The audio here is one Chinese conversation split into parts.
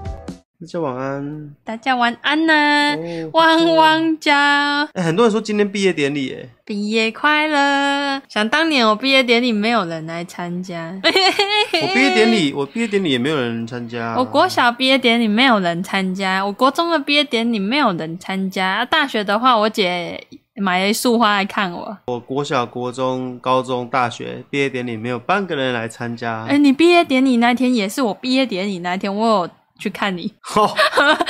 大家晚安。大家晚安呐、哦呃汪汪叫，哎、很多人说今天毕业典礼， 哎，毕业快乐！想当年我毕业典礼没有人来参加， 我毕业典礼，啊我毕业典礼也没有人参加、我国小毕业典礼没有人参加，我国中的毕业典礼没有人参加。啊大学的话，我姐买了一束花来看我。我国小、国中、高中、大学毕业典礼没有半个人来参加。哎、你毕业典礼那天也是我毕业典礼那天，我有去看你。哦，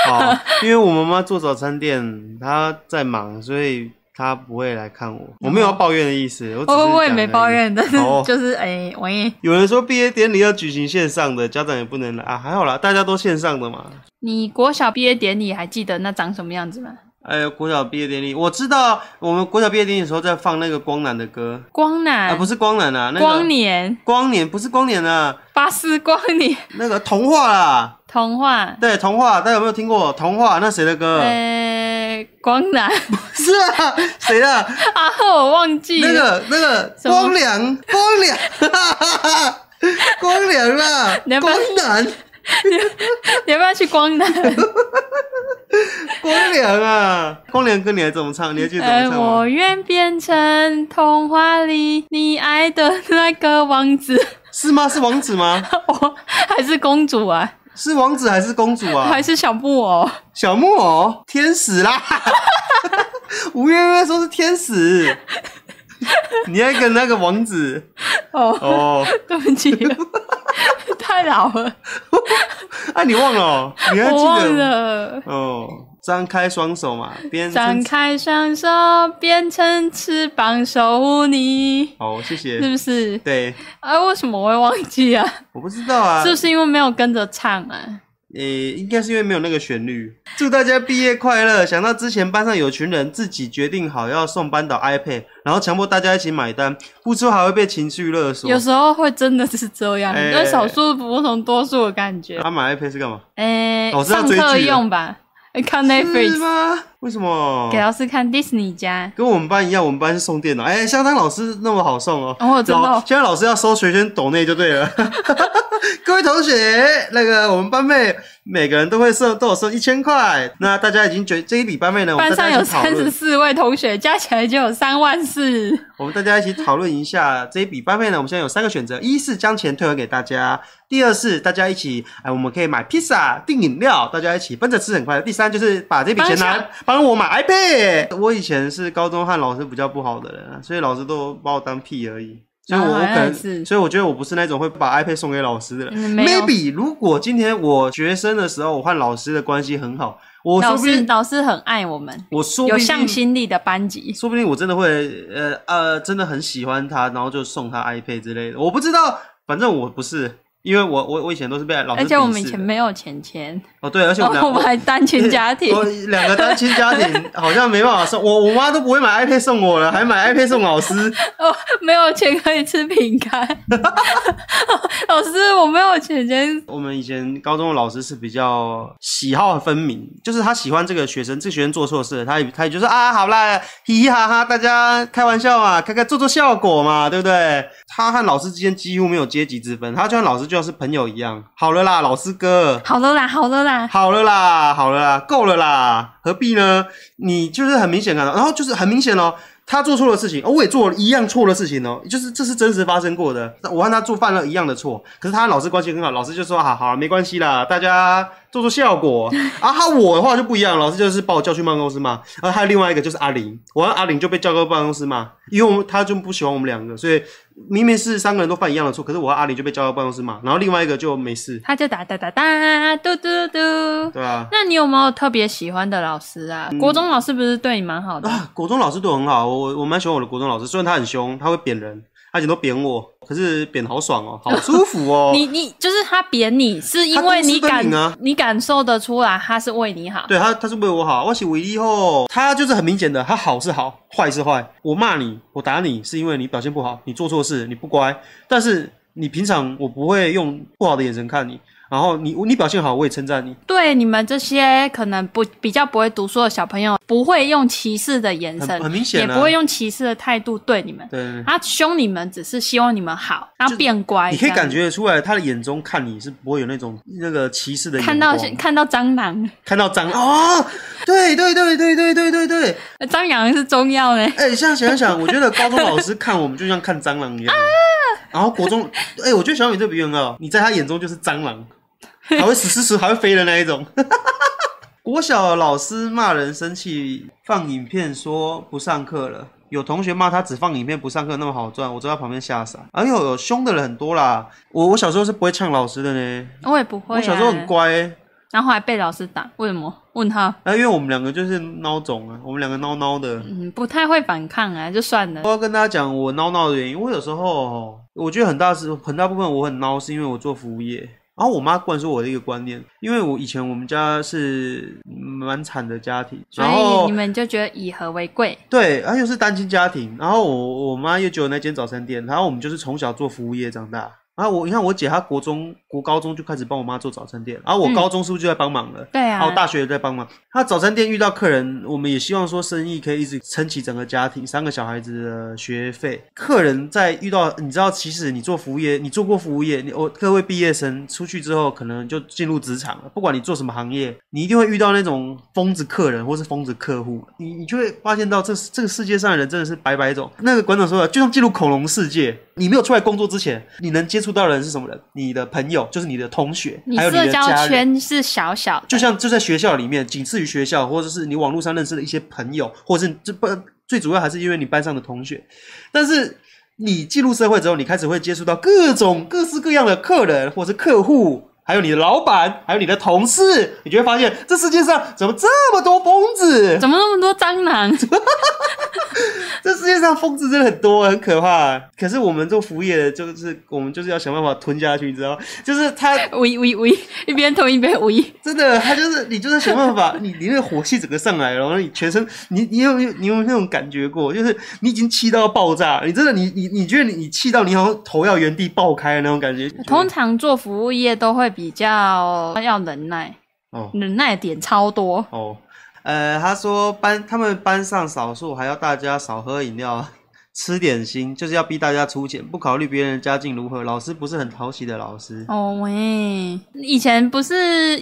好，因为我妈妈做早餐店，她在忙，所以她不会来看我。我没有要抱怨的意思，我只是哦我我也讲没而已抱怨，但是好哦 就是哎，我也有人说毕业典礼要举行线上的，家长也不能来啊，还好啦，大家都线上的嘛。你国小毕业典礼还记得那长什么样子吗？哎呦，国小毕业典礼，我知道我们国小毕业典礼的时候在放那个光南的歌，光南、啊，不是光南啊，那个嗯光年、光年不是光年啊，巴斯光年、那个童话啦，童话、对，童话，大家有没有听过童话？那谁的歌？呃，光南， 是啊，谁 的？啊，我忘记了。那个那个什么光良，光良，哈哈哈，光良啦，你要不光要南，你要不要去光 南？光良啊，光良歌你还怎么唱？你还记得怎么呃，唱吗？我愿变成童话里你爱的那个王子， 是吗？是王子吗？我还是公主啊，是王子还是公主啊 还？是小布偶？小木偶，天使啦！ 吴月月说是天使，你要跟那个王子哦，哦？对不 起，太老了，啊，你忘了哦、你还记我忘得了。哦？张开双手嘛，边张开双手，变成翅膀守护你，哦，谢是谢。不是？对，啊，为什么我会忘记啊？我不知道啊，是不是因为没有跟着唱啊？诶、应该是因为没有那个旋律。祝大家毕业快乐！想到之前班上有群人自己决定好要送班导 iPad，然后强迫大家一起买单，不出还会被情绪勒索有。时候会真的是这样，哎那少数服从多数的感觉。他、啊买 iPad 是干嘛？哎、哦是要上追剧课的用吧，哎看是 Netflix，吗？哦为什么给？老师看 Disney 家。跟我们班一样，我们班是送电脑。哎、香香老师那么好送哦。哦真的哦老现在老师要收学生抖内就对了。 各位同学，那个我们班妹每个人都会送，都有送一千块。那大家已经觉这一笔班妹呢，我们班大上家有一起讨三十论，四位同学，加起来就有三万四。我们大家一起讨论一下这一笔班妹呢。我们现在有三个选择：一是将钱退还给大家；第二是大家一起，哎，我们可以买披萨、订饮料，大家一起分着吃，很快乐；第三就是把这笔钱帮拿小帮我买 iPad。我以前是高中和老师比较不好的人啊，所以老师都把我当屁而已。所以我，啊我可那也能，是所以我觉得我不是那种会把 iPad 送给老师的人。嗯没有 Maybe 如果今天我学生的时候，我和老师的关系很好，我哦说老不师定，老师很爱我们，我说不有向定心力的班级。说不定我真的会，呃呃，真的很喜欢他，然后就送他 iPad 之类的。我不知道，反正我不是，因为我我我以前都是被老师而且我们鄙以视的前没有钱钱，哦对，而且我们然后两我们还单亲 家庭我。两个单亲家庭 好像没办法送我，我妈都不会买 iPad 送我了，还买 iPad 送老师。哦，没有钱可以吃饼干。 老师，我没有钱钱。我们以前高中的老师是比较喜好分明，就是他喜欢这个学生，这个学生做错事了，他也他也就说啊，好啦，嘻嘻哈哈，大家开玩笑嘛，开开做做效果嘛，对不对？他和老师之间几乎没有阶级之分，他就像老师就像是朋友一样。好了啦，老师哥，好了啦，好了 啦，好了啦，好了啦，够了啦，何必呢？你就是很明显看到，然后就是很明显哦，他做错了事情，哦我也做了一样错的事情哦，就是这是真实发生过的。那我和他做犯了一样的错，可是他和老师关系很好，老师就说好好没关系啦，大家做做效果。啊，他我的话就不一样，老师就是把我叫去办公室嘛。然后还有另外一个就是阿玲，我和阿玲就被叫到办公室嘛，因为我他就不喜欢我们两个，所以明明是三个人都犯一样的错，可是我和阿玲就被叫到办公室嘛，然后另外一个就没事，他就打打打打，嘟嘟嘟。对啊。那你有没有特别喜欢的老师啊？嗯国中老师不是对你蛮好的？啊，国中老师对我很好，我我蛮喜欢我的国中老师，虽然他很凶，他会扁人，他以前都扁我，可是扁得好爽哦，好舒服哦。 你你就是他贬你，是因为你他公私分感明啊你感受得出来他是为你好。 对他，他是为我好，我写唯一后，他就是很明显的，他好是好，坏是坏。我骂你，我打你，是因为你表现不好，你做错事，你不乖。但是你平常我不会用不好的眼神看你，然后你你表现好，我也称赞你，对你们这些可能不比较不会读书的小朋友，不会用歧视的眼神很，很明也显啊。不会用歧视的态度对你们。对对对他凶你们，只是希望你们好，然后变乖。你可以这样感觉得出来，他的眼中看你是不会有那种那个歧视的眼看光。到看到蟑螂， 看到蟑螂哦，对对对对对对对对，呃蟑螂是中药呢。哎、现在想一想，我觉得高中老师看我们就像看蟑螂一啊样。然后国中，哎、我觉得小米这比喻很好，你在他眼中就是蟑螂，还会死死死，还会飞的那一种。 国小老师骂人生气，放影片说不上课了。有同学骂他只放影片不上课那么好赚，我坐在旁边吓傻。哎呦，有凶的人很多啦。我我小时候是不会呛老师的呢，我也不会、啊。我小时候很乖、欸。然后还被老师打，为什么？问号。那、因为我们两个就是孬种啊，我们两个孬孬的。嗯，不太会反抗啊，就算了我。要跟大家讲我孬孬的原因，我有时候哦我觉得很大是很大部分我很孬，是因为我做服务业。然后我妈灌输我的一个观念，因为我以前我们家是嗯蛮惨的家庭，所然以后你们就觉得以和为贵，对，啊然后又是单亲家庭，然后我我妈又只有那间早餐店，然后我们就是从小做服务业长大。然后我你看我姐她国中国高中就开始帮我妈做早餐店，然后我嗯高中是不是就在帮忙了？对啊然后哦大学也在帮忙。他早餐店遇到客人，我们也希望说生意可以一直撑起整个家庭，三个小孩子的学费。客人在遇到，你知道，其实你做服务业，你做过服务业，你我各位毕业生出去之后，可能就进入职场了。不管你做什么行业，你一定会遇到那种疯子客人或是疯子客户，你你就会发现到这这个世界上的人真的是百百种。那个馆长说的，就像进入恐龙世界，你没有出来工作之前，你能接触到的人是什么人？你的朋友，就是你的同学，还有你社的交家人。圈是小小的，就像就在学校里面，仅次于学校，或者是你网络上认识的一些朋友，或者是这不最主要还是因为你班上的同学。但是你进入社会之后，你开始会接触到各种各式各样的客人，或者是客户，还有你的老板，还有你的同事，你就会发现这世界上怎么这么多疯子？ 怎么那么多蟑螂？这世界上疯子真的很多，很可怕。可是我们做服务业的，就是我们就是要想办法吞下去，你知道吗？就是他喂喂喂，一边吞一边喂。真的，他就是你，就是想办法， 你你那个火气整个上来了，然后你全身，你你有你有那种感觉过，就是你已经气到爆炸，你真的你你你觉得你你气到你好像头要原地爆开的那种感觉。通常做服务业都会比较要忍耐，哦忍耐点超多。哦，呃，他说班他们班上少数还要大家少喝饮料。啊 吃点心就是要逼大家出钱，不考虑别人家境如何。老师不是很讨喜的老师，哦喂，以前不是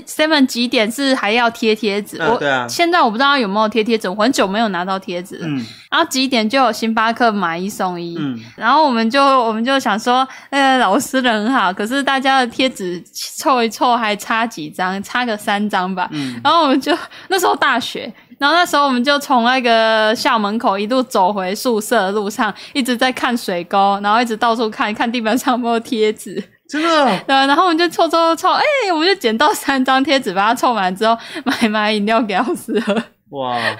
Seven 几点是还要贴贴纸？嗯我对啊现在我不知道有没有贴贴纸，我很久没有拿到贴纸了。嗯然后几点就有星巴克买一送一，嗯，然后我们就我们就想说，呃，老师人很好，可是大家的贴纸凑一凑还差几张，差个三张吧。嗯然后我们就那时候大学，然后那时候我们就从那个校门口一路走回宿舍的路上，一直在看水沟，然后一直到处看看地板上有没有贴纸。真的啊对，然后我们就凑凑凑，哎、我们就捡到三张贴纸，把它凑满之后，买买饮料给老师喝。哇！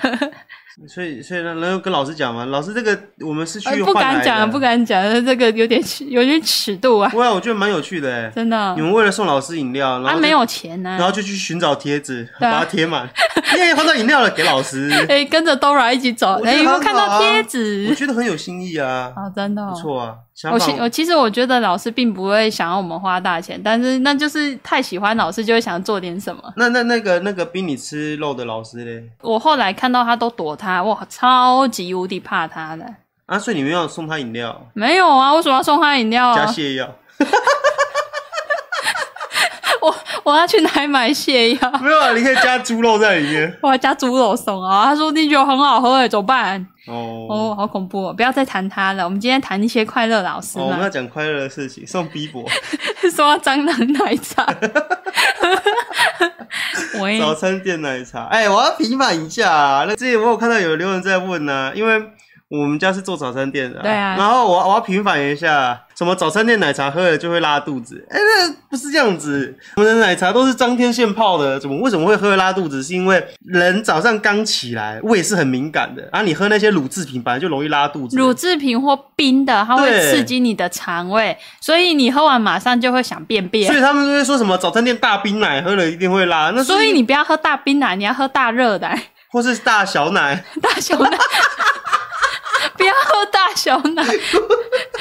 所以所以呢，然后跟老师讲嘛，老师这个我们是去呃换来的，不敢讲，不敢讲，这个有点尺有点尺度啊，不会啊，我觉得蛮有趣的哎。真的你。们为了送老师饮料，然啊，后就没，有钱呢、然后就去寻找贴纸， 对啊把它贴满。耶，换到饮料了，给老 师， 哎、跟着 Dora 一起走，我觉哎、得有没有很看好啊到贴我纸？觉得很有新意啊，哦，真的、哦不。错啊。想我法其我其实我觉得老师并不会想要我们花大钱，但是那就是太喜欢老师就会想做点什么。那那那个那个逼你吃肉的老师嘞，我后来看到他都躲他，哇，超级无敌怕他的。啊，所以你们要送他饮料，没有啊，为什么要送他饮料加啊？泻药。 我要去哪里买泻药？ 没有啊，你可以加猪肉在里面。我要加猪肉送啊！他说你觉得很好喝哎，怎么办？哦哦，好恐怖哦！不要再谈他了，我们今天谈一些快乐老师哦，我们嘛要，讲快乐的事情，送逼博 说到蟑螂 奶 茶。喂，早餐店奶茶。哎，我要平反一下啊，那之前我有看到有留言在问呢、因为我们家是做早餐店的、对啊然后我我要平反一下，啊什么早餐店奶茶喝了就会拉肚子？哎，那不是这样子，我们的奶茶都是当天现泡的，怎么为什么会喝拉肚子？是因为人早上刚起来，胃是很敏感的，然、后你喝那些乳制品本来就容易拉肚子。乳制品或冰的，它会对刺激你的肠胃，所以你喝完马上就会想便所以便。他们就会说什么早餐店大冰奶喝了一定会拉，那是 所以你不要喝大冰奶，你要喝大热奶、 或是大小奶，大熊奶，不要喝大熊奶。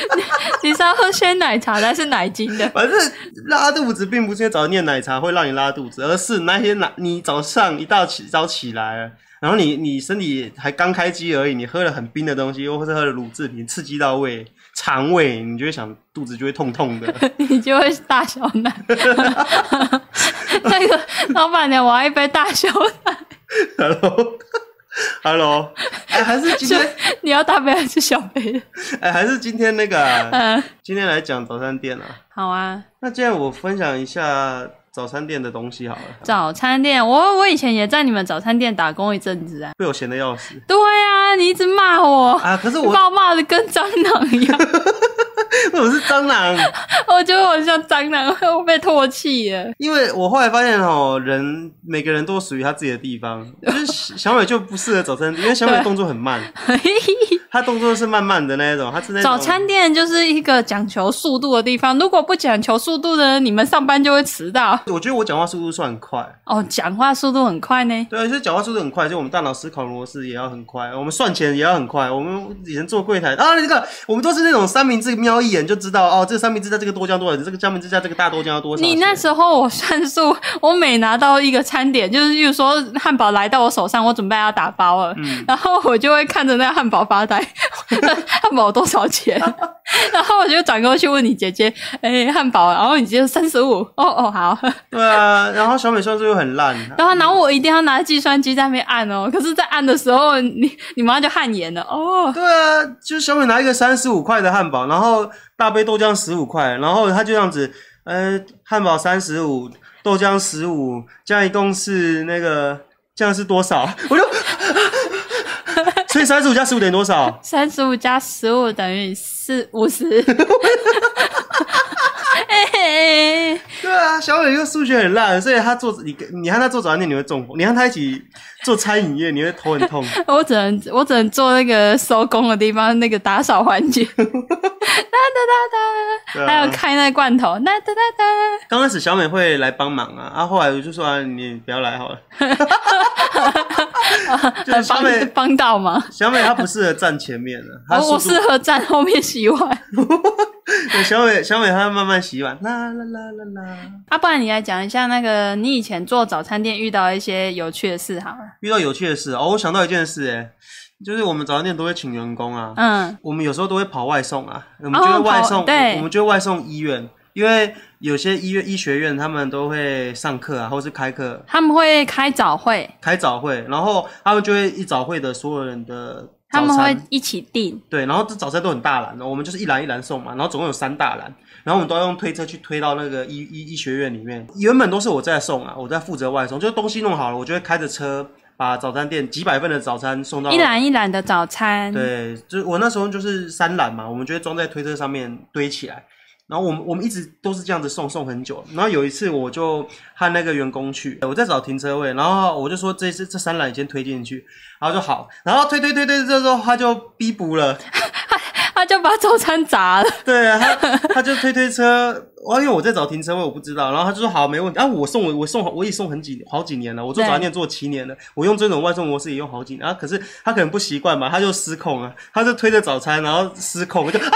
你是要喝鲜奶茶的还是奶精的？ 反正拉肚子并不是因为早上念奶茶会让你拉肚子，而是那些奶你早上一大起早起来，然后你你身体还刚开机而已，你喝了很冰的东西，又或是喝了乳制品，刺激到胃肠胃，你就会想肚子就会痛痛的。 你就会大小奶。 那个老板娘，我要一杯大小 奶， Hello。Hello，哎、还是今就天，你要大杯还是小 杯的？哎、还是今天那个啊、嗯，今天来讲早餐店啊。好啊。那既然我分享一下早餐店的东西好了，早餐店，我我以前也在你们早餐店打工一阵子啊。被我闲的要死对啊，你一直骂我，啊！可是你我 把我骂的跟蟑螂一样，我是蟑螂，我觉得我很像蟑螂，我被唾弃了。因为我后来发现哦，人每个人都属于他自己的地方，就是 小小美就不适合早餐店，因为小美动作很 慢，她动作是慢慢的那一种，她是那种早餐店就是一个讲求速度的地方，如果不讲求速度呢，你们上班就会迟到。我觉得我讲话速度算很快，哦，讲话速度很快呢。对啊，就是讲话速度很快，就我们大脑思考模式也要很快，我们算钱也要很快。我们以前做柜台啊，那个我们都是那种三明治瞄一眼就知道哦，这个三明治加这个多姜多少钱，这个三明治加这个大豆浆要多少钱。你那时候我算数，我每拿到一个餐点，就是比如说汉堡来到我手上，我准备要打包了，嗯然后我就会看着那汉堡发呆，汉堡多少钱？ 然后我就转过去问你姐姐，哎、汉堡，然后你姐姐三十五，哦哦好， 对啊，然后小美算数又很烂，然后然后我一定要拿计算机在那边按哦，可是，在按的时候，你你马上就汗颜了，哦，对啊，就是小美拿一个三十五块的汉堡，然后大杯豆浆十五块，然后她就这样子，呃，汉堡三十五，豆浆十五，这样一共是那个这样是多少？ 我就，所以三十五加十五等于多少？三十五加十五等于四五 十。 哎哎哎对啊，小美又数学很烂，所以她做你你和她做早餐店你会中风，你和她一起做餐饮业你会头很痛。 我只能我只能做那个收工的地方那个打扫环节，哒哒哒对哒，还 啊有，开那罐头，哒哒哒哒，刚开始小美会来帮忙啊，啊，后来我就说啊，你不要来好了。 就是很小美帮帮到吗？小美她不适合站前面的，她我哦我速度适合站后面洗碗，对小美小美她慢慢洗碗，啦啦啦啦啦。啊，不然你来讲一下那个你以前做早餐店遇到一些有趣的事好了。遇到有趣的事哦，我想到一件事，哎，就是我们早餐店都会请员工啊，嗯，哦我们有时候都会跑外送啊，我们就会外送，跑对我们就会外送医院，因为有些医院医学院他们都会上课啊，或是开课他们会开早会，开早会，然后他们就会一早会的所有人的他早们会餐。一起订，对，然后这早餐都很大篮，我们就是一篮一篮送嘛，然后总共有三大篮，然后我们都要用推车去推到那个医医医学院里面。原本都是我在送啊，我在负责外送，就是东西弄好了，我就会开着车把早餐店几百份的早餐送到一。篮一篮的早餐。对，就是我那时候就是三篮嘛，我们就会装在推车上面堆起来。然后我们我们一直都是这样子送送很久。然后有一次我就和那个员工去，我在找停车位，然后我就说这次这三篮你先推进去，然后就好，然后推推推推，这时候他就逼补了。他就把早餐砸了， 对啊，他他就推推车，哦，因为我在找停车位，我不知道。然后他就说好，没问题。啊，我送我我送我也送很几好几年了，我做对早餐店做七年了，我用这种外送模式也用好几年。啊，可是他可能不习惯嘛，他就失控了，他就推着早餐，然后失控，我就啊，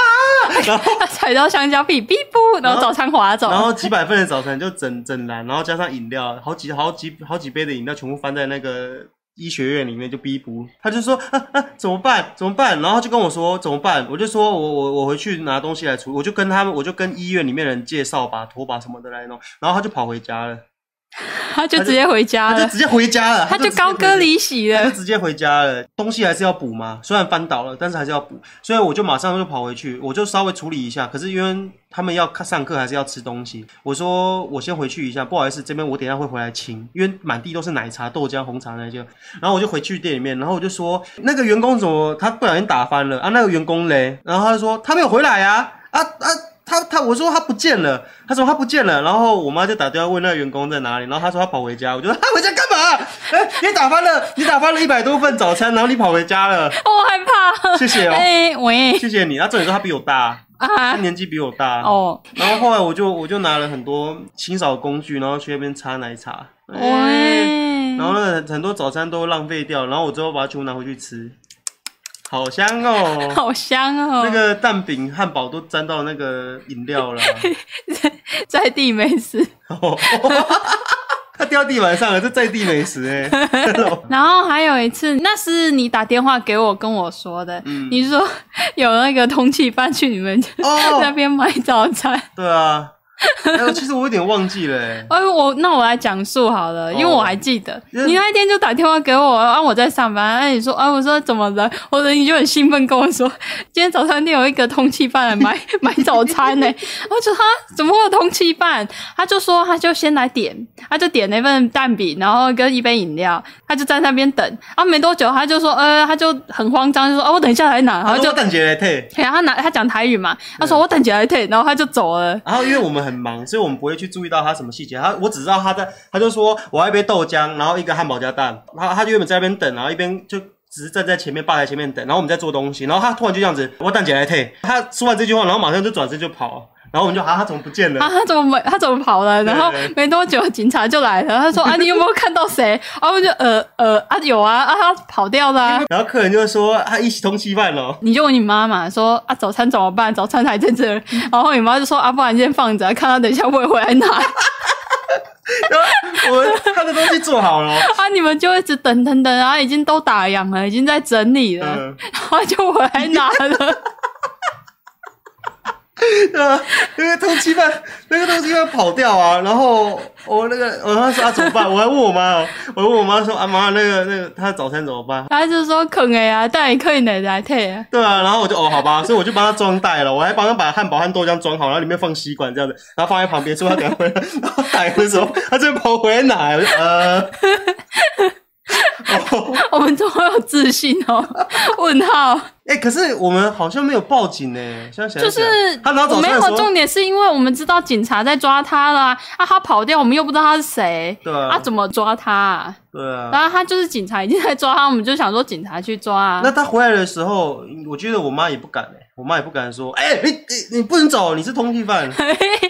然后他踩到香蕉皮，哔噗，然后早餐滑走。然后几百份的早餐就整整篮，然后加上饮料，好几好几好几杯的饮料全部翻在那个医学院里面就逼不，他就说啊啊怎么办怎么办，然后就跟我说怎么办，我就说我我我回去拿东西来处理，我就跟他们我就跟医院里面人介绍把拖把什么的来弄，然后他就跑回家了，他就直接回家他就了，直接回家了，他就直接高回歌家离席他了 就。直接回家了，东西还是要补嘛。虽然翻倒了，但是还是要补，所以我就马上就跑回去，我就稍微处理一下。可是因为他们要看上课，还是要吃东西，我说我先回去一下，不好意思，这边我等一下会回来清，因为满地都是奶茶、豆浆、红茶那些。然后我就回去店里面，然后我就说那个员工怎么他不小心打翻了啊？那个员工嘞？然后他就说他没有回来啊啊啊！他他我说他不见了，他说他不见了，然后我妈就打电话问那个员工在哪里，然后他说他跑回家，我就说啊他回家干嘛？哎、你打翻了，你打翻了一百多份早餐，然后你跑回家了，哦我害怕。谢谢哦，哎、喂谢谢你。啊，重点是他比我大，他啊年纪比我大，哦，然后后来我就我就拿了很多清扫工具，然后去那边擦奶茶，哎喂然后呢，很多早餐都浪费掉，然后我最后把它全部拿回去吃。好香 哦！好香哦！那个蛋饼、汉堡都沾到那个饮料 了，在地美食，哦它掉地板上了，这在地美食哎、 然后还有一次，那是你打电话给我跟我说的，嗯你说有那个通气犯去你们家、那哦，边买早餐。对啊，哎呦其实我有点忘记了、哎哎，我那我来讲述好哦了，因为我还记得、因为你那一天就打电话给我，啊，我在上班，哎、你说啊，我说怎么了？我说你就很兴奋跟我说， 今天早餐店有一个通气饭来买 买早餐呢、 我说哈，怎么会有通气饭？他就说他就先来点，他就点了一份蛋饼，然后跟一杯饮料，他就在那边等，啊，没多久他就说，呃，他就很慌张，就说啊，我等一下来拿，然后他说就我。等姐来退。然后他拿他讲台语嘛，他说我等起来退，然后他就走了。然后因为我们很忙，所以我们不会去注意到他什么细节。他我只知道他在，他就说我要一杯豆浆，然后一个汉堡加蛋。然后他就原本在那边等，然后一边就只是站在前面吧台前面等，然后我们在做东西。然后他突然就这样子，我蛋姐来退。他说完这句话，然后马上就转身就跑。然后我们就啊，他怎么不见 啊，了？他怎么没他怎么跑了？对然后对没多久警察就来了，他说啊， 你有没有看到谁？然后我就呃呃啊有啊啊他跑掉了啊、然后客人就说他一起通哦缉犯了。你就问你妈妈说啊，早餐怎么办？早餐还在这儿。 然后你妈就说啊，不然先放着，看他等一下会回来拿。 啊然后我们他的东西做好了，啊，你们就一直等等等，啊然后已经都打烊了，已经在整理了，嗯，然后就回来拿 了。呃，那个通缉犯，那个通缉犯跑掉啊，然后我那个，我他说啊怎么办？我还问我妈哦，我问我妈说啊妈，那个那个他的早餐怎么办？他就说啃哎呀，但也可以奶奶退啊。 对啊，然后我就哦好吧，所以我就帮他装袋了，我还帮他把汉堡和豆浆装好，然后里面放吸管这样子，然后放在旁边，说他等下回来， 然后打烊的时候他就跑回来拿，我就呃， 哦，我们怎么有自信哦？问号。哎、可是我们好像没有报警呢、现在想一想就是他拿我早没餐有的时候重。点，是因为我们知道警察在抓他了啊，啊他跑掉，我们又不知道他是谁，对啊啊，怎么抓他、啊？对啊，然后他就是警察已经在抓他，我们就想说警察去抓啊那。他回来的时候，我觉得我妈也不敢哎、我妈也不敢说，哎、你你你不能走，你是通缉犯。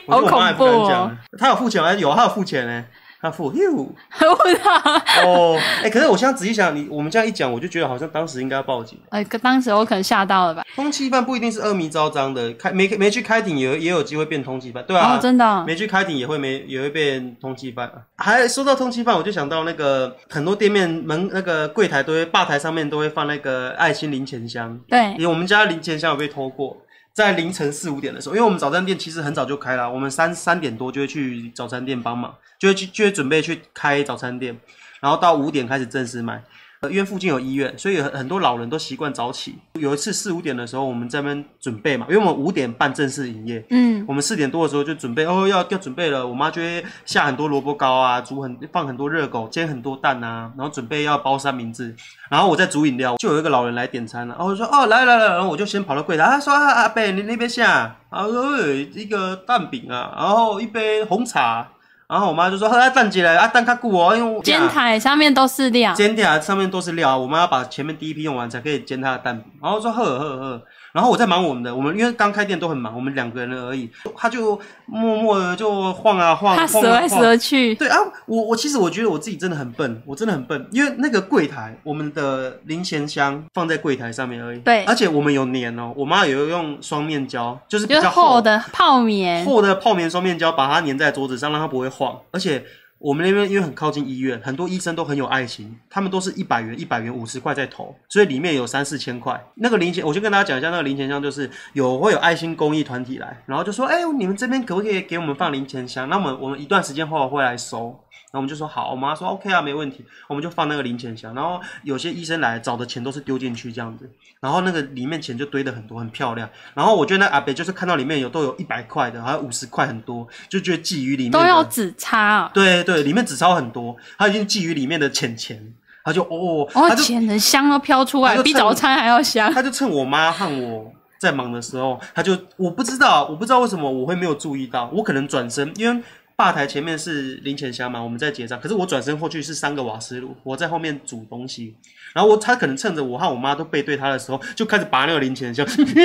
我 好觉得我妈也恐怖不敢哦！讲。他有付钱吗？有，他有付钱呢、他付，哟， 我操！哦，哎、可是我现在仔细想，你我们这样一讲，我就觉得好像当时应该要报警。呃，当时我可能吓到了吧？通缉犯不一定是恶名昭彰的，开没没去开庭也有也有机会变通缉犯，对啊，哦，真的哦没去开庭也会没也会变通缉犯啊。还说到通缉犯，我就想到那个很多店面门那个柜台都会吧台上面都会放那个爱心零钱箱，对因为我们家零钱箱有被偷过，在凌晨四五点的时候，因为我们早餐店其实很早就开了，我们三三点多就会去早餐店帮忙，就会去就会准备去开早餐店，然后到五点开始正式卖。呃因为附近有医院，所以有很很多老人都习惯早起。有一次四五点的时候，我们这边准备嘛，因为我们五点半正式营业，嗯，我们四点多的时候就准备哦，要要准备了。我妈就会下很多萝卜糕啊，煮很放很多热狗，煎很多蛋啊，然后准备要包三明治。然后我在煮饮料，就有一个老人来点餐了、然后我就说哦来来来，然后我就先跑到柜台，他说啊阿伯你那边下，然后我说、哎一个蛋饼啊，然后一杯红茶，然后我妈就说喝啊蛋起来啊蛋卡固哦，因为我煎台上面都是料，煎掉上面都是料啊，我们要把前面第一批用完才可以煎它的蛋饼。然后说呵呵呵，然后我在忙我们的，我们因为刚开店都很忙，我们两个人而已，他就默默的就晃啊晃，他晃折啊来晃。折去，对啊，我我其实我觉得我自己真的很笨，我真的很笨，因为那个柜台，我们的零钱箱放在柜台上面而已。对而且我们有粘哦，我妈有用双面胶，就是比就是较厚的泡棉，厚的泡棉双面胶把它粘在桌子上，让它不会晃。而且我们那边因为很靠近医院，很多医生都很有爱心，他们都是一百元、一百元、五十块在投，所以里面有三四千块。那个零钱，我就跟大家讲一下，那个零钱箱就是有会有爱心公益团体来，然后就说：“哎、你们这边可不可以给我们放零钱箱？那我们我们一段时间后会来收。”然后我们就说好，我妈说 OK 啊，没问题，我们就放那个零钱箱。然后有些医生来找的钱都是丢进去这样子，然后那个里面钱就堆得很多，很漂亮。然后我觉得那阿北就是看到里面有都有一百块的，还有五十块很多，就觉得觊觎里面的都要纸擦哦。对对，里面纸钞很多，他已经觊觎里面的钱钱，他就哦，哦他，就钱的香都飘出他来，就比趁早餐还要香。他就趁我妈和我在忙的时候，他就我不知道，我不知道为什么我会没有注意到，我可能转身，因为吧台前面是零钱箱嘛，我们在结账，可是我转身后去是三个瓦斯炉，我在后面煮东西，然后我他可能趁着我和我妈都背对他的时候，就开始拔那个零钱箱，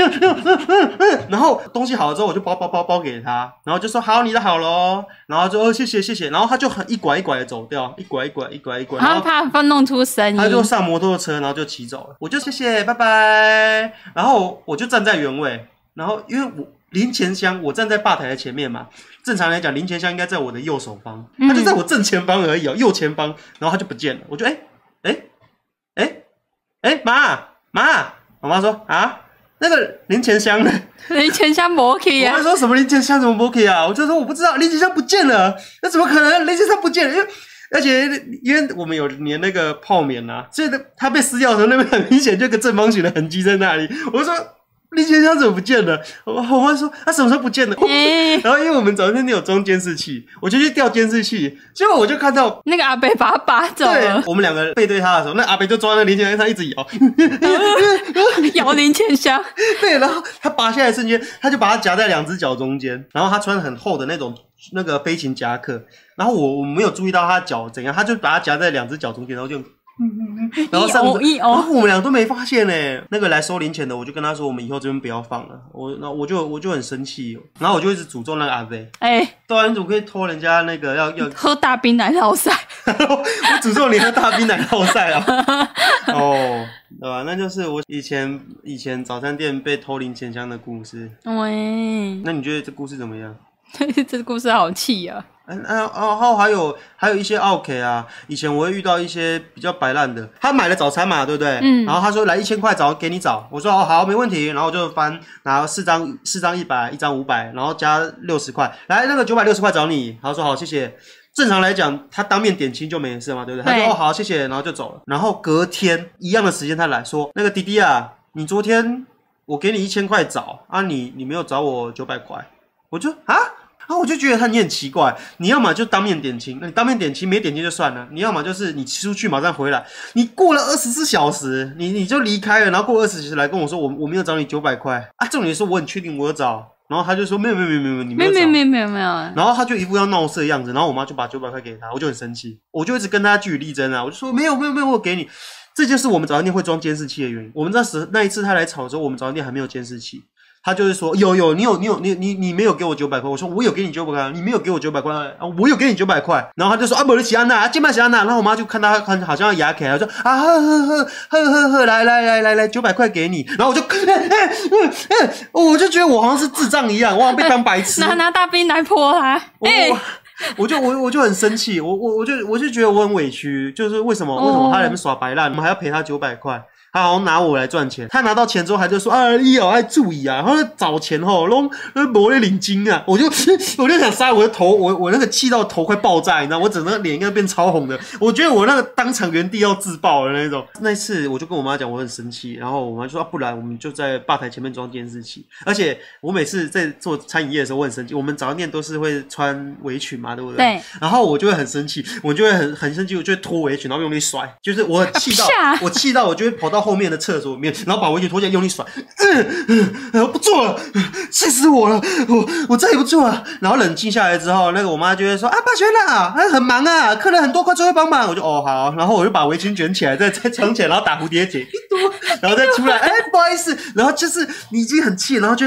然后东西好了之后，我就包包包包给他，然后就说好，你的好喽，然后就哦谢谢谢谢，然后他就很一拐一拐的走掉，一拐一拐一拐一拐，然他后怕怕弄出声音，他就上摩托车，然后就骑走了。我就谢谢，拜拜。然后我就站在原位，然后因为我零钱箱，我站在吧台的前面嘛。正常来讲，零钱箱应该在我的右手方，嗯他就在我正前方而已哦，右前方。然后他就不见了，我就哎哎哎哎妈妈，我妈说啊。那个零钱箱呢？你全箱摩 k 我啊妈，说什么零钱箱怎么不可以啊？我就说我不知道，零钱箱不见了，那怎么可能？零钱箱不见了，因为而且因为我们有粘那个泡棉啊，所以呢，它被撕掉的时候，那边很明显就有个正方形的痕迹在那里。我就说零钱箱怎么不见了？我我妈说它什么时候不见了？ 哎、然后因为我们早上有装监视器，我就去调监视器，结果我就看到。那个阿贝把他拔走对了，，我们两个背对他的时候，那阿北就抓那零钱箱，他一直摇，摇零钱箱， 对，然后他拔下来的瞬间，他就把它夹在两只脚中间，然后他穿很厚的那种那个飞行夹克，然后我我没有注意到他脚怎样，他就把它夹在两只脚中间，然后嗯就。然后上一哦一哦然后我们俩都没发现呢、那个来收零钱的，我就跟他说，我们以后这边不要放了。我，那我就我就很生气，然后我就一直诅咒那个阿飞，哎、对啊，你怎么可以偷人家那个要 要喝大冰奶老塞，我诅咒你喝大冰奶泡赛啊！哦，对吧、那就是我以前以前早餐店被偷零钱箱的故事。喂， 那你觉得这故事怎么样？这故事好气啊！嗯啊哦，然后还有还有一些 OK 啊，以前我会遇到一些比较白烂的，他买了早餐嘛，对不对？嗯然后他说来一千块找给你找，我说哦好没问题，然后我就翻拿四张四张一百，一张五百，然后加六十块，来那个九百六十块找你，他说好谢谢。正常来讲，他当面点清就没事嘛，对不对？他对说哦好谢谢，然后就走了。然后隔天一样的时间他来说那个弟弟啊，你昨天我给你一千块找啊你，你没有找我九百块，我就啊。啊，我就觉得他你很奇怪，你要么就当面点清，那你当面点清没点清就算了，你要么就是你出去马上回来，你过了二十四小时，你你就离开了，然后过二十小时来跟我说我我没有找你九百块啊，重点是我很确定我有找，然后他就说没有没有没有没有你没没有有找，没有没有没有没有，然后他就一副要闹事的样子，然后我妈就把九百块给他，我就很生气，我就一直跟他据理力争啊，我就说没有没有没有，我有给你。这就是我们早餐店会装监视器的原因。我们那时那一次他来吵的时候，我们早餐店还没有监视器，他就是说有有你有你有你你你没有给我九百块，我说我有给你九百块，你没有给我九百块啊，我有给你九百块，然后他就说啊，不是喜安娜，啊，金麦喜安娜，然后我妈就看他看好像要牙起来，我说啊呵呵呵呵呵呵，来来来来来，九百块给你，然后我就，我就觉得我好像是智障一样，我好像被当白痴，拿拿大冰奶泼他，我哎、我我就我我就很生气，我我我就我就觉得我很委屈，就是为什么为什么他在那边耍白烂，我们还要赔他九百块。他好像拿我来赚钱，他拿到钱之后，他就说：“啊，一哦，爱注意啊！”然后找钱吼，弄呃没在领巾啊，我就 我就想杀我的头，我我那个气到头快爆炸，你知道，我整个脸应该变超红的，我觉得我那个当场原地要自爆的那种。那一次我就跟我妈讲我很生气，然后我妈就说、啊不然我们就在吧台前面装监视器。而且我每次在做餐饮业的时候，我很生气，我们早餐店都是会穿围裙嘛，对不对？对。然后我就会很生气，我就会很很生气，我就会脱围裙，然后用力甩，就是我很气到，啊我气到我就会跑到后面的厕所里面，然后把围裙脱下来用力甩，嗯嗯，呃不做了，气死我了，我我再也不做了。然后冷静下来之后，那个我妈就会说啊，霸权啦，啊很忙啊，客人很多，快出来帮忙。我就哦好，然后我就把围裙卷起来，再再藏起来，然后打蝴蝶结，一嘟，然后再出来，哎不好意思，然后就是你已经很气，然后就。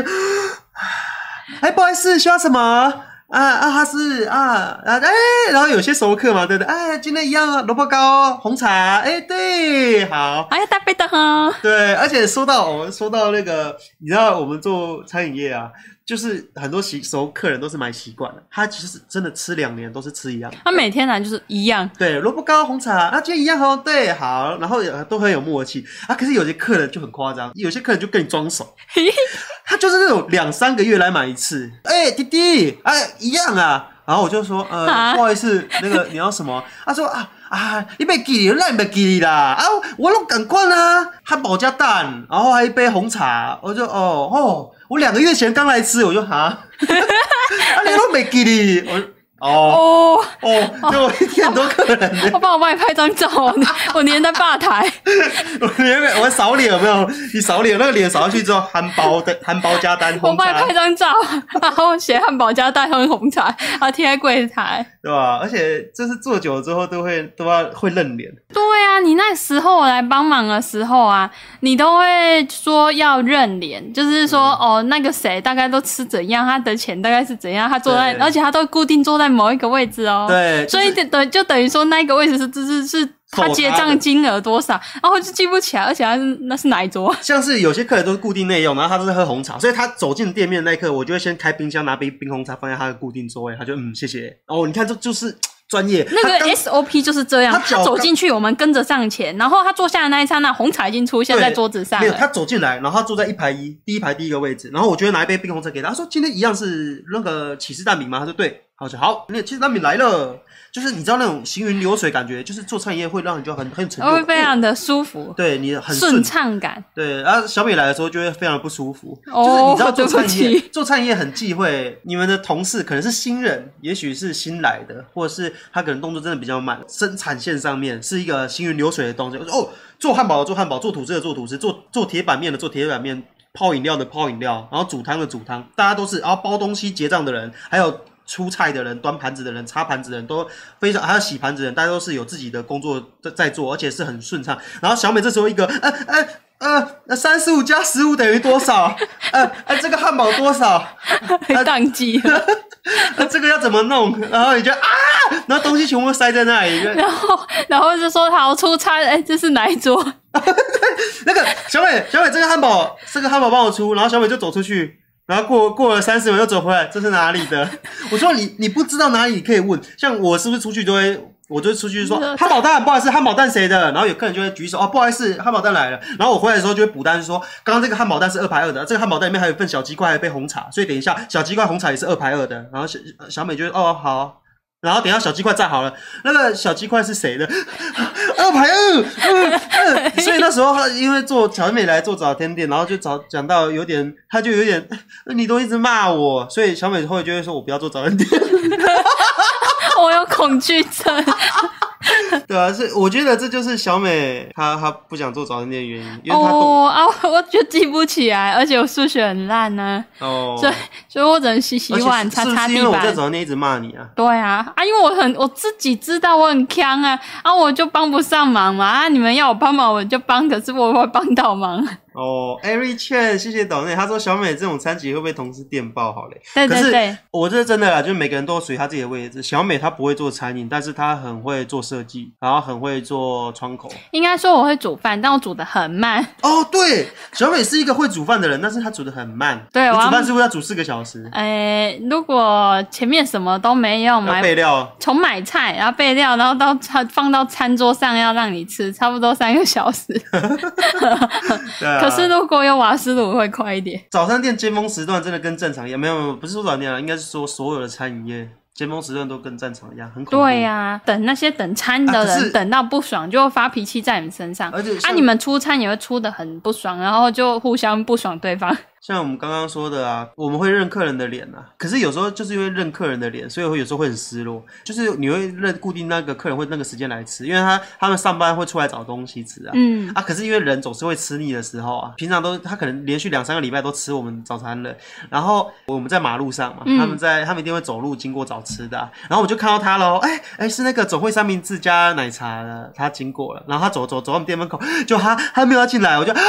哎，不好意思，需要什么？啊啊，哈是啊啊哎，然后有些熟客嘛，对不对？哎，今天一样啊，萝卜糕、红茶，哎，对，好，哎呀大冰的哈，对，而且说到我们说到那个，你知道我们做餐饮业啊，就是很多习熟客人都是买习惯了，他其实真的吃两年都是吃一样的，他每天来啊就是一样，对，萝卜糕、红茶，啊，今天一样哦，对，好，然后也都很有默契啊。可是有些客人就很夸张，有些客人就跟你装熟，他就是那种两三个月来买一次，哎、弟弟，哎、一样啊。然后我就说，呃，啊不好意思，那个你要什么？ 他说啊啊，你别给你，那你别给你啦啊，我弄赶快啦，啊汉堡加蛋，然后还一杯红茶，我就 哦哦，我两个月前刚来吃，我就哈，啊你都没给你，我哦 哦，哦，就我一天很多客人 的，我帮我帮你拍张照，我 我粘在吧台，我连我扫脸有没有？你扫脸那个脸扫下去之后，含苞的含苞加单，我红帮你茶拍张照， 然后写汉堡加蛋烘红茶，然后贴在柜台。对吧？而且就是做久了之后都会都要会认脸，对啊，你那时候来帮忙的时候啊，你都会说要认脸，就是说、哦，那个谁大概都吃怎样，他的钱大概是怎样，他坐在，对而且他都固定坐在某一个位置哦。。对，所以等等就等于说那个位置是就是是他扣结他的账金额多少，然后就记不起来，而且他是那是哪一桌？像是有些客人都是固定内用，然后他都是喝红茶，所以他走进店面那一刻，我就会先开冰箱拿杯冰红茶放在他的固定座位，他就嗯谢谢。哦，你看这就是嘖专业，那他个哎刚 SOP 就是这样，他他脚走刚进去，我们跟着上前，然后他坐下的那一刹那，红茶已经出现对在桌子上没有，了。他走进来，然后他坐在一排一第一排第一个位置，然后我就会拿一杯冰红茶给他，他说今天一样是那个起司蛋饼吗？他说对，好就好，那起司蛋饼来了，就是你知道那种行云流水感觉，就是做餐饮业会让你就很很有成哦会就非感，常的舒服，对你很顺顺畅感。对，然、后小美来的时候就会非常不舒服，哦就是你知道做餐 对不业起，做餐业很忌讳，你们的同事可能是新人，也许是新来的，或者是他可能动作真的比较慢，生产线上面是一个行云流水的东西。我说哦，做汉堡的做汉堡，做吐司的做吐司，做做铁板面的做铁板面，泡饮料的泡饮料，然后煮汤的煮汤，大家都是，然后包东西结账的人，还有。出菜的人、端盘子的人、擦盘子的人都非常，还有洗盘子的人，大家都是有自己的工作在在做，而且是很顺畅。然后小美这时候一个，呃呃呃，那三十五加十五等于多少？ 呃呃，这个汉堡多少？被宕机了，呃，这个要怎么弄？然后你就啊，然后东西全部塞在那里，就 然后然后就说好出差，哎，这是哪一桌？ 那个小美，小美，这个汉堡，这个汉堡帮我出，然后小美就走出去，然后过过了三十秒又走回来，这是哪里的？ 我说你你不知道哪里，你可以问。像我是不是出去都会，我就出去说你说汉堡蛋，不好意思，汉堡蛋谁的？然后有客人就会举手，哦，不好意思，汉堡蛋来了。然后我回来的时候就会补单说，刚刚这个汉堡蛋是二排二的，这个汉堡蛋里面还有一份小鸡块，还有一杯红茶，所以等一下小鸡块红茶也是二排二的。然后小小美就会哦好。然后等一下小鸡块炸好了，那个小鸡块是谁的？二排二，嗯嗯，所以那时候他因为做小美来做早餐店，然后就早讲到有点，他就有点，你都一直骂我，所以小美后来就会说我不要做早餐店，我有恐惧症，对啊，是我觉得这就是小美她她不想做早餐店的原因，因为她懂哦啊，我我就记不起来，而且我数学很烂呢，哦，所以所以我只能洗洗而且碗、是擦是不擦是因地为我在板。早餐店一直骂你啊？对啊，啊，因为我很我自己知道我很坑啊，啊，我就帮不上忙嘛，啊，你们要我帮忙我就帮，可是我会帮到忙。 哦，Every Chan，谢谢岛内，他说小美这种餐企会被同事电爆好嘞。对可对是对，我这是真的啦，就是每个人都有属于他自己的位置。小美她不会做餐饮，但是她很会做设计，然后很会做窗口。应该说我会煮饭，但我煮的很慢。哦，对，小美是一个会煮饭的人，但是她煮的很慢。对你我要煮饭是不是要煮四个小时？诶，哎如果前面什么都没有要买，备料。从买菜然后备料，然后到餐放到餐桌上要让你吃，差不多三个小时。 对啊。可是如果有瓦斯炉会快一点。早餐店尖峰时段真的跟正常一样，没有没有，不是说早餐店啊，应该是说所有的餐饮业尖峰时段都跟正常一样，很恐怖。对、呀、等那些等餐的啊可人、是等到不爽，就会发脾气在你们身上。而且啊，像你们出餐也会出的很不爽，然后就互相不爽 对方。啊像我们刚刚说的啊，我们会认客人的脸啊，可是有时候就是因为认客人的脸，所以会有时候会很失落。就是你会认固定那个客人会那个时间来吃，因为他他们上班会出来找东西吃啊。嗯，啊，可是因为人总是会吃腻的时候啊，平常都他可能连续两三个礼拜都吃我们早餐了，然后我们在马路上嘛，嗯他们在他们一定会走路经过找吃的啊、然后我就看到他喽，哎哎是那个总会三明治加奶茶的，他经过了，然后他走走走到我们店门口，就他他没有要进来，我就啊，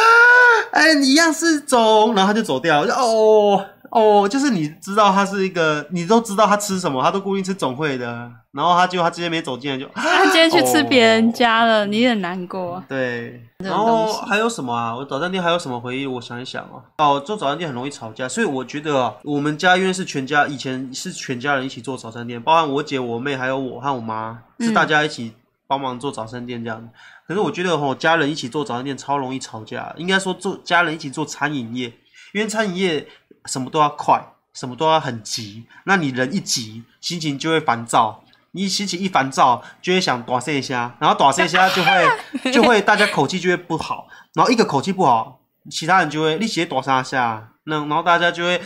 哎你一样是走，然后他就走掉，我就哦。哦，就是你知道他是一个，你都知道他吃什么，他都固定吃总会的，然后他结果他直接没走进来就，他今天去吃别人家了，你很难哦过。对，这种然后东西还有什么啊？我早餐店还有什么回忆？我想一想哦、哦，做早餐店很容易吵架，所以我觉得啊，我们家因为是全家，以前是全家人一起做早餐店，包含我姐、我妹还有我和我妈，嗯是大家一起帮忙做早餐店这样子。可是我觉得吼、家人一起做早餐店超容易吵架，应该说做家人一起做餐饮业，因为餐饮业什么都要快，什么都要很急，那你人一急，心情就会烦躁。你一心情一烦躁，就会想短一下，然后短一下就 会就会大家口气就会不好，然后一个口气不好，其他人就会立即短三下，那然后大家就会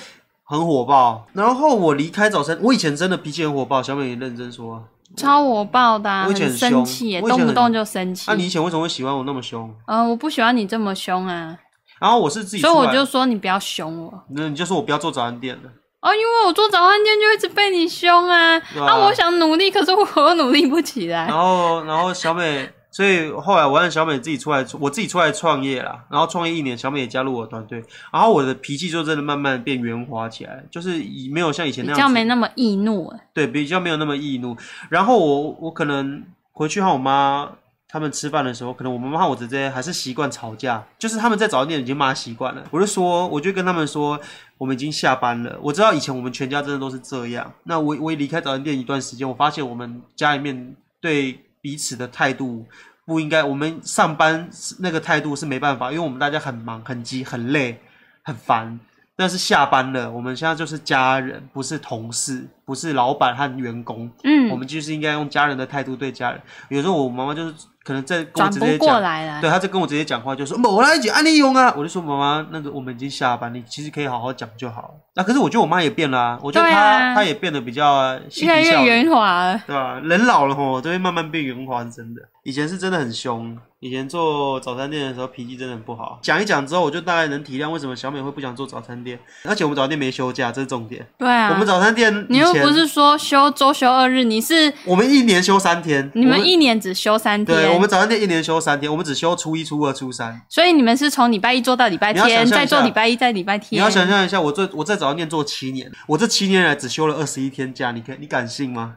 很火爆。然后我离开早餐，我以前真的脾气很火爆，小美也认真说啊。超我爆的、啊，我以前很很生凶气耶，我以前动不很动就生气。那、啊你以前为什么会喜欢我那么凶？嗯，我不喜欢你这么凶啊，然后我是自己出所来，以我就说你不要凶我那你就说我不要做早餐店了。哦，因为我做早餐店就一直被你凶啊，对啊啊，我想努力，可是我又努力不起来然。后，然后小美，所以后来我让小美自己出来，我自己出来创业啦。然后创业一年，小美也加入我的团队，然后我的脾气就真的慢慢变圆滑起来，就是以没有像以前比那较样没子，那么易怒啊，对，比较没有那么易怒。然后我我可能回去和我妈。他们吃饭的时候，可能我妈妈和我姐姐还是习惯吵架，就是他们在早餐店已经骂习惯了。我就说，我就跟他们说，我们已经下班了。我知道以前我们全家真的都是这样。那我我也离开早餐店一段时间，我发现我们家里面对彼此的态度不应该，我们上班是那个态度是没办法，因为我们大家很忙、很急、很累、很烦。但是下班了，我们现在就是家人，不是同事，不是老板和员工。我嗯，们就是应该用家人的态度对家人。有时候我妈妈就是可能在跟我转直不接过讲，来了。对，他啊在跟我直接讲话，就说某来一起按利用啊，我就说妈妈，那个我们已经下班，你其实可以好好讲就好了。啊，可是我觉得我妈也变了、啊，我觉得对她、啊她也变得比较嬉皮越来笑越脸圆滑了。对吧、人老了吼，都会慢慢变圆滑，是真的。以前是真的很凶，以前做早餐店的时候脾气真的很不好。讲一讲之后，我就大概能体谅为什么小美会不想做早餐店，而且我们早餐店没休假，这是重点。对啊，我们早餐店以你又前不是说休周休二日，你是我们一年休三天，你我们一年只休三天，对，我们早餐店一年休三天，我们只休初一、初二、初三。所以你们是从礼拜一做到礼拜你要想象天，一下再做礼拜一，再礼拜你天。要想象一下，我最我在早餐店做七年，我这七年来只休了二十一天假，你可你敢信吗？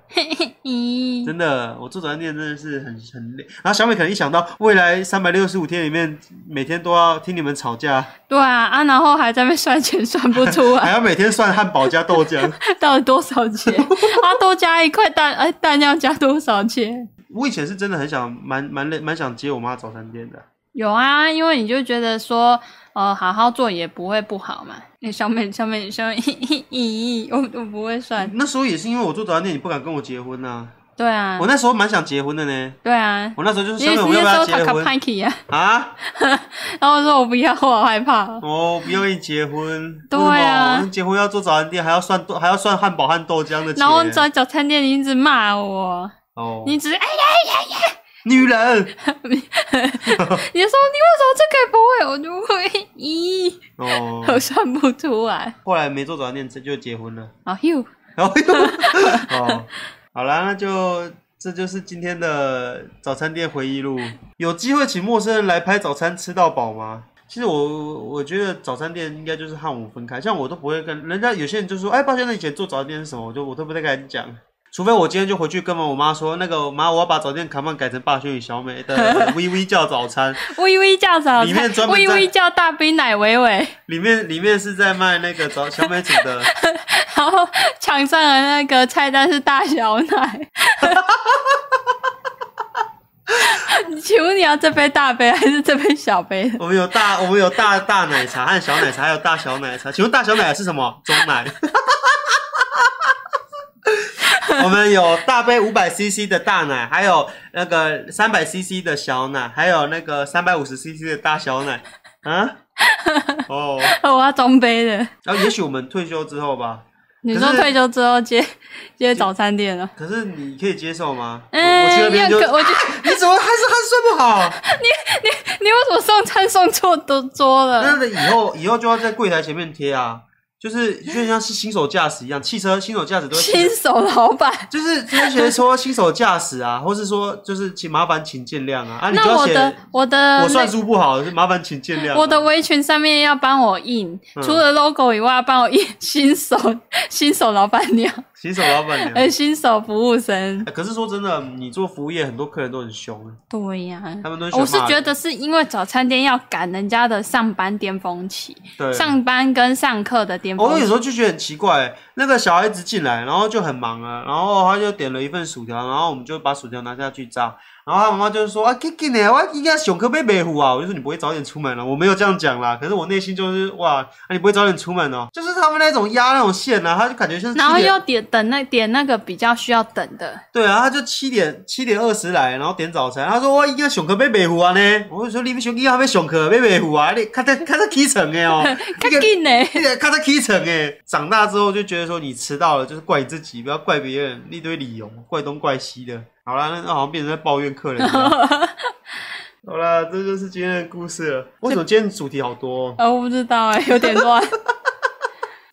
咦，真的，我做早餐店真的是很很累。然后小美可能一想到未来三百六十五天里面，每天都要听你们吵架，对啊啊，然后还在被算钱算不出还 来，要每天算汉堡加豆浆。到底多少 钱？啊，多加一块蛋，哎，蛋要加多少钱？我以前是真的很想蛮蛮累蛮想接我妈早餐店的，有啊，因为你就觉得说，呃，好好做也不会不好嘛。那小美，小美，小美， 咦，我我不会算。那时候也是因为我做早餐店，你不敢跟我结婚呐、对啊我，那时候蛮想结婚的呢，对啊，我那时候就是因想我为要不那要时候结卡婚派克呀，啊？然后我说我不要，我好害怕。哦，不愿意结婚，对啊为什么我们结婚要做早餐店，还要算豆，还要算汉堡和豆浆的钱。然后在早餐店你一直骂我，哦，你只是哎呀，女人你就说你为什么这个也不会，我就会咦，哦， 我算不出来。后来没做早餐店就结婚了。好，you 然后哦， 好啦，那就这就是今天的早餐店回忆录。有机会请陌生人来拍早餐吃到饱吗？其实我我觉得早餐店应该就是和我分开，像我都不会跟人家有些人就说，哎，抱歉，那以前做早餐店是什么？我就我都不太敢讲。除非我今天就回去跟我妈说，那个妈，我要把早餐店卡曼改成霸轩与小美的呃微微叫早餐，微微叫早里面餐，专门微在微叫大冰奶维维，里面里面是在卖那个早小美煮的，然后墙上的那个菜单是大小奶。 请问你要这杯大杯还是这杯小杯 的？ 我们有大我们有大大奶茶和小奶茶，还有大小奶茶。请问大小奶是什么？中奶。 我们有大杯五百 CC 的大奶，还有那个三百 CC 的小奶，还有那个三百五十 CC 的大小奶。 啊？哦，我要中杯的。然后也许我们退休之后吧。你可说是退休之后接接早餐店了？可是你可以接受吗？我嗯，我去那边就又可我觉得你怎么还是还是睡不好？你为什么送餐送错多桌了？那以后以后就要在柜台前面贴啊，就是就像是新手驾驶一样，汽车新手驾驶都会贴新手老板，就是他写说新手驾驶啊，或是说就是请麻烦请见谅啊，啊你就那要我写的我的我算术不好，麻烦请见谅啊、我的围裙上面要帮我印，嗯除了 logo 以外，帮我印新手新手老板娘，新手老板娘。 哎呃，新手服务生。可是说真的，你做服务业，很多客人都很凶，啊对呀、他们都喜欢我是骂觉人得是因为早餐店要赶人家的上班巅峰期，对。上班跟上课的巅哦我峰有期。时候就觉得很奇怪、那个小孩子进来，然后就很忙啊，然后他就点了一份薯条，然后我们就把薯条拿下去炸，然后他妈妈就是说啊，给给你，我应该熊科被美虎啊。我就说你不会早点出门了、我没有这样讲啦。可是我内心就是哇，啊你不会早点出门哦，就是他们那种压那种线啊，他就感觉就是然后七点又点等那点那个比较需要等的，对啊，他就七点七点二十来，然后点早餐。他说我应该熊科被美虎啊呢。我就说你们熊应该被熊科被美虎啊，你看他看他起床的哦，赶那个紧呢， 那个看他起床哎，长大之后就觉得说你迟到了就是怪你自己，不要怪别人，一堆理由，怪东怪西的。好啦，那那好像变成在抱怨客人一样。好啦，这就是今天的故事了。为什么今天主题好多、哦？呃，我不知道 哎、有点乱。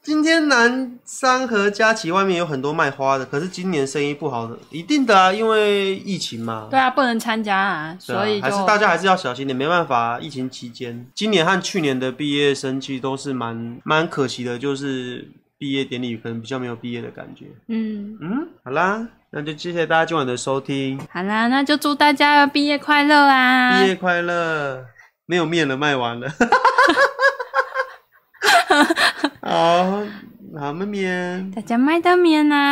今天南山和佳琪外面有很多卖花的，可是今年生意不好的，一定的啊，因为疫情嘛。对啊，不能参加啊，对啊所以就还是大家还是要小心点，没办法、疫情期间，今年和去年的毕业生其实都是蛮蛮可惜的，就是毕业典礼可能比较没有毕业的感觉。嗯，嗯，好啦，那就谢谢大家今晚的收听，好啦，那就祝大家毕业快乐啊！毕业快乐！没有面了，卖完 了。好，好，面面。大家麦当面啊！